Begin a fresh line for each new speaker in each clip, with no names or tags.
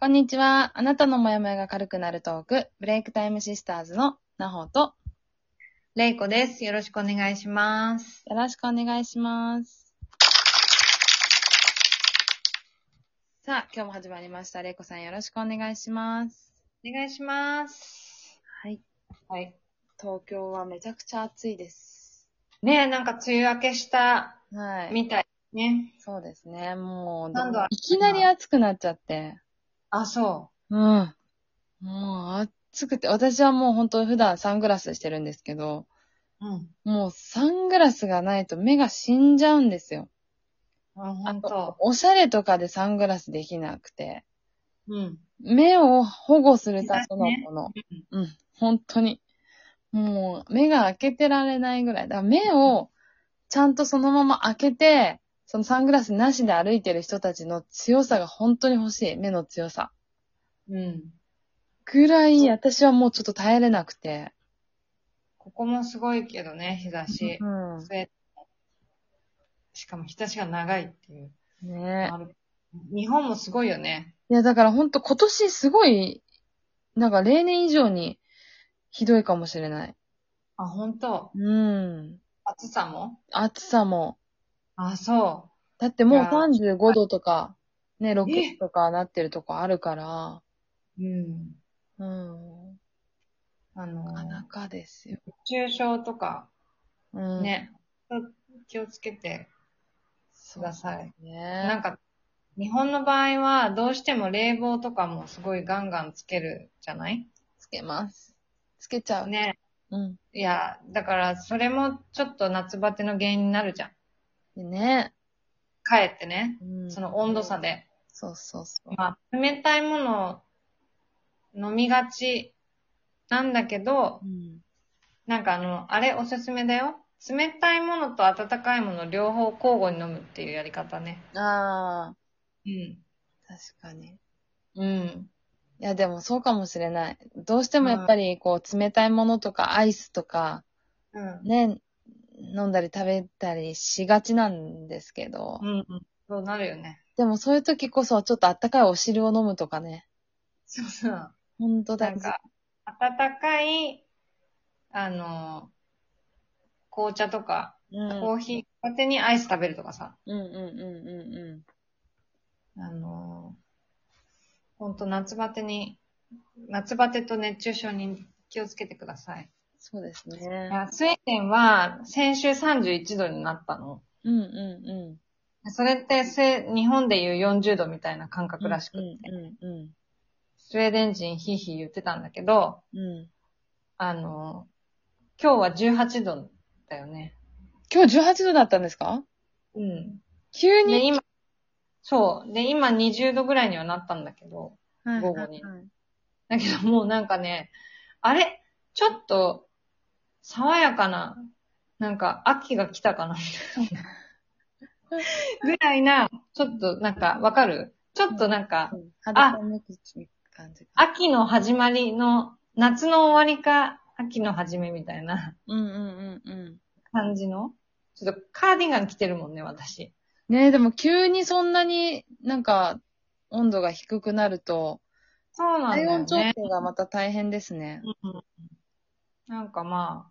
こんにちは。あなたのモヤモヤが軽くなるトーク、ブレイクタイムシスターズのなほと、
れいこです。よろしくお願いします。
よろしくお願いします。さあ、今日も始まりました。れいこさんよろしくお願いします。
お願いします。
はい。
はい。
東京はめちゃくちゃ暑いです。
ねえ、なんか梅雨明けした
はい。
みたいね。
そうですね。もう、で
なん
も
だ
いきなり暑くなっちゃって。
あ、そ
うん。もう暑くて、私はもう本当普段サングラスしてるんですけど、
う。うん。
もうサングラスがないと目が死んじゃうんですよ。
あ、ほんと。
おしゃれとかでサングラスできなくて、
うん。
目を保護するためのもの。
ね
うん、本当に。もう、目が開けてられないぐらい。だから目を、ちゃんとそのまま開けて、そのサングラスなしで歩いてる人たちの強さが本当に欲しい。目の強さ。
うん。
ぐらい、私はもうちょっと耐えれなくて。
ここもすごいけどね、日差し。
うん。
それしかも日差しが長いっていう。
ね
ある日本もすごいよね。
いや、だから本当今年すごい、なんか例年以上にひどいかもしれない。
あ、ほんと。
うん。
暑さも
暑さも。
あ、そ
だってもう
いやー
35度とか、ね、6
え
度とかなってるとこあるから、
う。うん。
うん。
あの
なか
ー
な、かですよ。
熱中症とか、
うん。。
ね、気をつけて
そ
く
う
ださい。な
ね。
んか、日本の場合は、どうしても冷房とかもすごいガンガンつけるじゃない
つけます。つけちゃう。
ね。
うん。
いや、だから、それもちょっと夏バテの原因になるじゃん。
でね。
かえってね。
うん。
その温度差で。
そうそうそう。
まあ、冷たいものを飲みがちなんだけど
う、ん。
なんかあの、あれおすすめだよ。冷たいものと温かいもの両方交互に飲むっていうやり方ね。
ああ、
うん。
確かに。
うん。
いや、でもそうかもしれない。どうしてもやっぱり、こう、冷たいものとか、アイスとか、
うん。
ね、飲んだり食べたりしがちなんですけど、
うん。そうなるよね。
でもそういう時こそ、ちょっとあったかいお汁を飲むとかね。
そうそう。
ほんと
な
だ
んか、温かい、あの、紅茶とか、
うん、うん
コーヒー、片手にアイス食べるとかさ、
うんうんうんう
あの、ほんと夏バテに、夏バテと熱中症に気をつけてください。
ん。そうです
い
ね。
やスウェーデンは先週31度になったの。
うんうんうん。
それってせ日本でいう40度みたいな感覚らしくて、
うんうん
スウェーデン人ヒーヒー言ってたんだけど、
うん。うん。
あの、今日は18度だよね。
今日18度だったんですか
うん。
急に、
で、今、そう。で、今20度ぐらいにはなったんだけど、
はい
午後に
はいはい
だけどもうなんかね、あれちょっと、爽やかな、なんか秋が来たかなみたいなぐらいな、ちょっとなんかわかるちょっとなんか
う、ん肌寒く感じか。
秋の始まりの、夏の終わりか、秋の始めみたいな
うんうんうんうん。
感じの、ちょっとカーディガン着てるもんね、私。
ねえ、でも急にそんなになんか温度が低くなると、
そうなんだ
体
よ
温
ね。
調整がまた大変ですね。
うんなんかま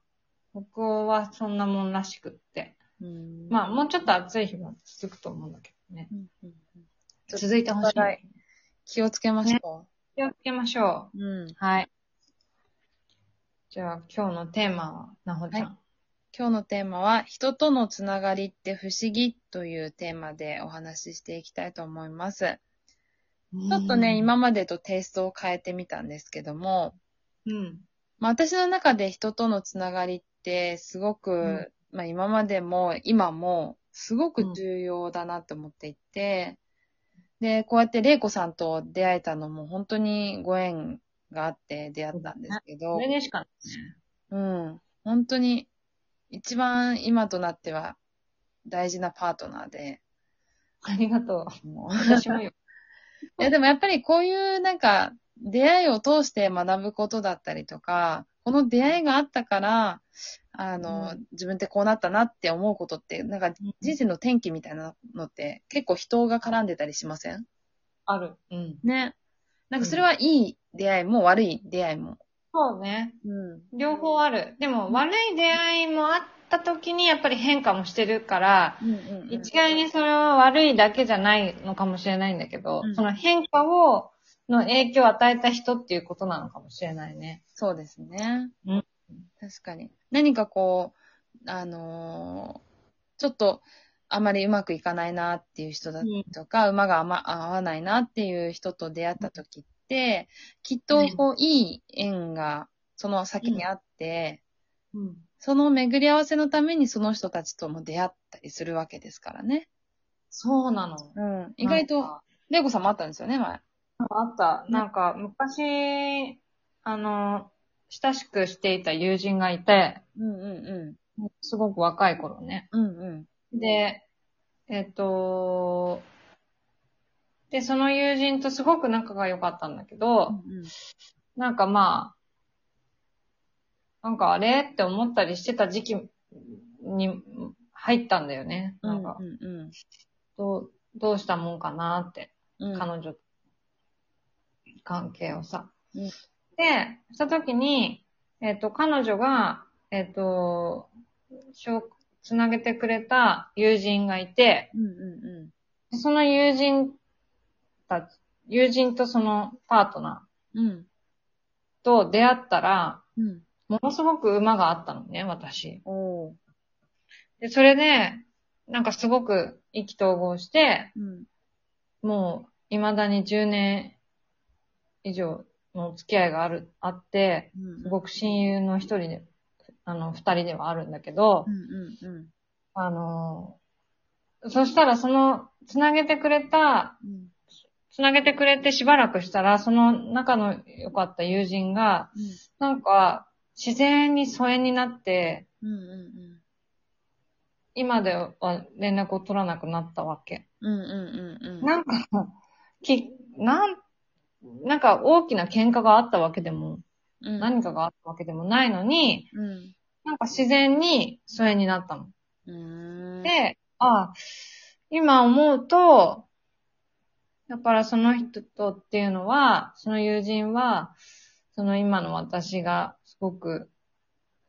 あ、北欧はそんなもんらしくって。
うん
まあ、もうちょっと暑い日が続くと思うんだけどね。
うんうんうんちょっと
続いてほしい。
はい気をつけましょ
気をつけましょ
う。うん。
う。はい。じゃあ、今日のテーマは、なほちゃん。
は今日のテーマは、人とのつながりって不思議というテーマでお話ししていきたいと思います。ちょっとね、今までとテイストを変えてみたんですけども、
うん。
まあ、私の中で人とのつながりってすごく、
う
まあ、今までも今もすごく重要だなと思っていて、で、こうやって玲子さんと出会えたのも本当にご縁があって出会ったんですけど、
それでしかない
うん。本当に、一番今となっては大事なパートナーで、
ありがとう。
も う
私もよ。
いや、でもやっぱりこういうなんか、出会いを通して学ぶことだったりとか、この出会いがあったから、あの、
う
自分ってこうなったなって思うことって、なんか人生の転機みたいなのって結構人が絡んでたりしません
ある。うん。
ね。なんかそれはいい出会いも悪い出会いも。
そうね。
うん。
両方ある。でも、悪い出会いもあった時に、やっぱり変化もしてるから、
うんうん、うん。
一概にそれは悪いだけじゃないのかもしれないんだけど、
うん
その変化を、の影響を与えた人っていうことなのかもしれないね。
そうですね。
うん
確かに。何かこう、あのーちょっと、あまりうまくいかないなっていう人だとか、馬があま合わないなっていう人と出会った時って、きっとこう、いい縁がその先にあって、
うん。
その巡り合わせのためにその人たちとも出会ったりするわけですからね。
そうなの。
うん。意外
なん
と、
か
レイコさんもあったんですよね、前。
あった。なんか、昔、あの、親しくしていた友人がいて、
うんう
すごく若い頃ね。
んうん。うんうん。
で、えっと、で、その友人とすごく仲が良かったんだけ
う
ど、
んうん
なんかまあ、なんかあれって思ったりしてた時期に入ったんだよね。なんか
う、んうん
どう、どうしたもんかなって、
うん。
彼女と関係をさ。
うん
で、した時に、えっと、彼女が、えっと、しょうつなげてくれた友人がいて、
うんうん
その友人たち、友人とそのパートナ
うん。うん。
ーと出会ったら、
うん。
ものすごく馬があったのね、私。
おー
で、それで、なんかすごく意気投合して、
うん。
もう未だに10年以上の付き合いがある、あって、
うん
すごく親友の一人で、あの、二人ではあるんだけど、
うんうんうん
あの、そしたらその、つなげてくれた
うん
つなげてくれてしばらくしたら、その仲の良かった友人が、なんか、自然に疎遠になって、
うんうん
今では連絡を取らなくなったわけ。
うんうんうんうん
なんか、き、なん、なんか大きな喧嘩があったわけでも、
うん
何かがあったわけでもないのに、
うん
なんか自然に疎遠になったの。
うーん
で、ああ、今思うと、だからその人とっていうのは、その友人は、その今の私がすごく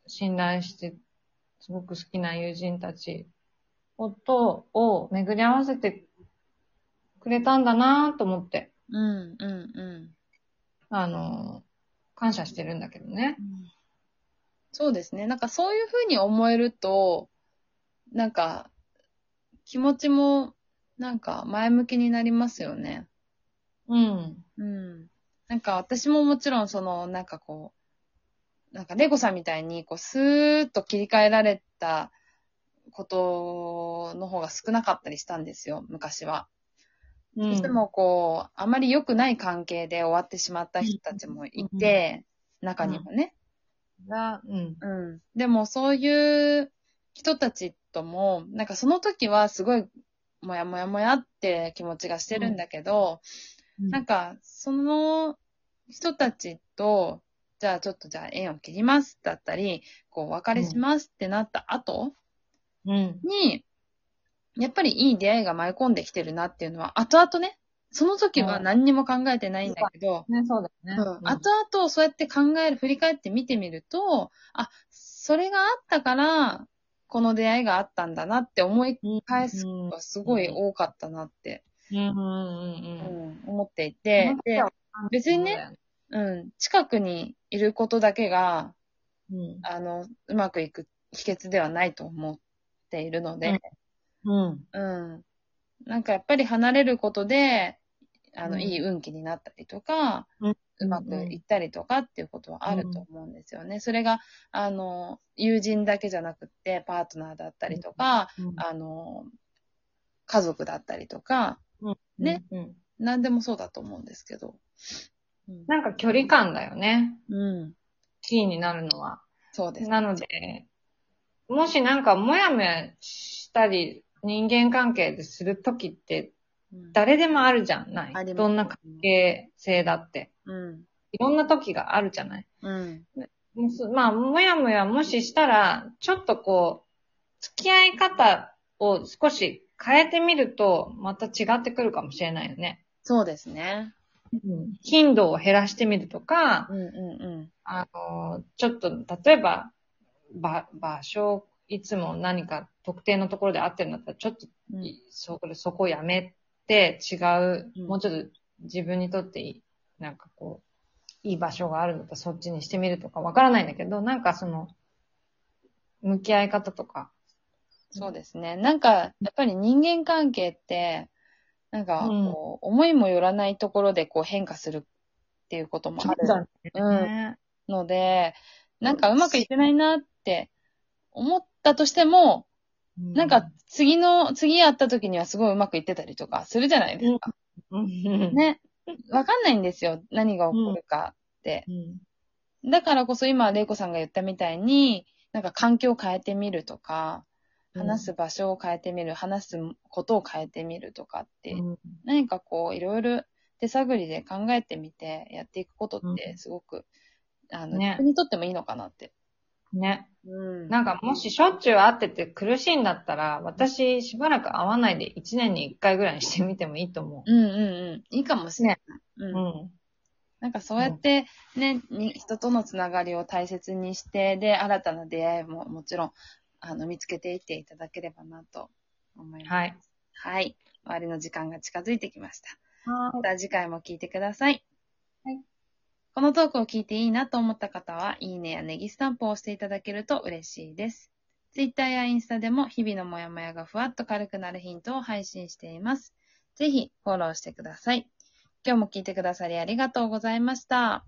信頼して、すごく好きな友人たちをと、を巡り合わせてくれたんだなと思って、
うんうんうん
あの、感謝してるんだけどね。
そうですね。なんかそういうふうに思えると、なんか気持ちもなんか前向きになりますよね。
うん。
うん。なんか私ももちろんその、なんかこう、なんかレゴさんみたいに、こう、スーッと切り替えられたことの方が少なかったりしたんですよ、昔は。
うん
いつもこう、あまり良くない関係で終わってしまった人たちもいて、中にもね。
が、うん。
うん。でもそういう人たちとも、なんかその時はすごい、もやもやもやって気持ちがしてるんだけど、なんか、その人たちと、じゃあちょっとじゃあ縁を切りますだったり、こう、別れしますってなった後
うん。
に、やっぱりいい出会いが舞い込んできてるなっていうのは、後々ね、その時は何にも考えてないんだけど、
ね、そうだよね。
うん、後々そうやって考える、振り返って見てみると、あ、それがあったから、この出会いがあったんだなって思い返す
う
こ
ん
とがすごい多かったなって、
うんうんうんうん。
うん思っていて、で、別にね、うん、近くにいることだけが、
うん。
あの、うまくいく秘訣ではないと思っているので、
うん。
うん。なんかやっぱり離れることで、あの、
うん
いい運気になったりとか、
うん
うまくいったりとかっていうことはあると思うんですよね。それが、あの、友人だけじゃなくって、パートナーだったりとか、あの、家族だったりとか、ね。
うん。
何でもそうだと思うんですけど。うん。
なんか距離感だよね。
うん、
キーになるのは。
そうです。
なので、もしなんかもやもやしたり、人間関係でするときって、
うん
誰でもあるじゃな
あ
い
ります
どんな関係性だって。
うん。
いろんな時があるじゃない
うん。
もうすまあ、もやもやもししたら、ちょっとこう、付き合い方を少し変えてみると、また違ってくるかもしれないよね。
そうですね。
うん頻度を減らしてみるとか、
うんうんうん。
あの、ちょっと、例えば、ば、場所、いつも何か特定のところで会ってるんだったら、ちょっと、
うん
そこで、そこやめて、違う、
うん
もうちょっと自分にとっていい、なんかこう、いい場所があるんだったら、そっちにしてみるとか、わからないんだけど、なんかその、向き合い方とか、
そうですね。なんか、やっぱり人間関係って、なんかこう、思いもよらないところでこう変化するっていうこともある
だね。
ので、なんかうまくいってないなって思ったとしても、な
な
んか、次の、次会った時にはすごいうまくいってたりとかするじゃないですか。
うん、
ね。わかんないんですよ。何が起こるかって。
うん。
だからこそ今、玲子さんが言ったみたいに、なんか環境を変えてみるとか、
うん
話す場所を変えてみる、話すことを変えてみるとかって、
うん
何かこう、いろいろ手探りで考えてみてやっていくことって、すごく、あの、
ね
自分にとってもいいのかなって。
ね。
うん
なんかもししょっちゅう会ってて苦しいんだったら、私しばらく会わないで1年に1回ぐらいにしてみてもいいと思
うんうんうん。いいかもしれない。う
う。
ん
うん。
なんかそうやってね、に人とのつながりを大切にして、で、新たな出会いももちろん、あの、見つけていっていただければなと思います。
はい。
はい。終わりの時間が近づいてきました。また次回も聞いてください。
はい
このトークを聞いていいなと思った方は、いいねやネギスタンプを押していただけると嬉しいです。ツイッターやインスタでも日々のモヤモヤがふわっと軽くなるヒントを配信しています。ぜひフォローしてください。今日も聞いてくださりありがとうございました。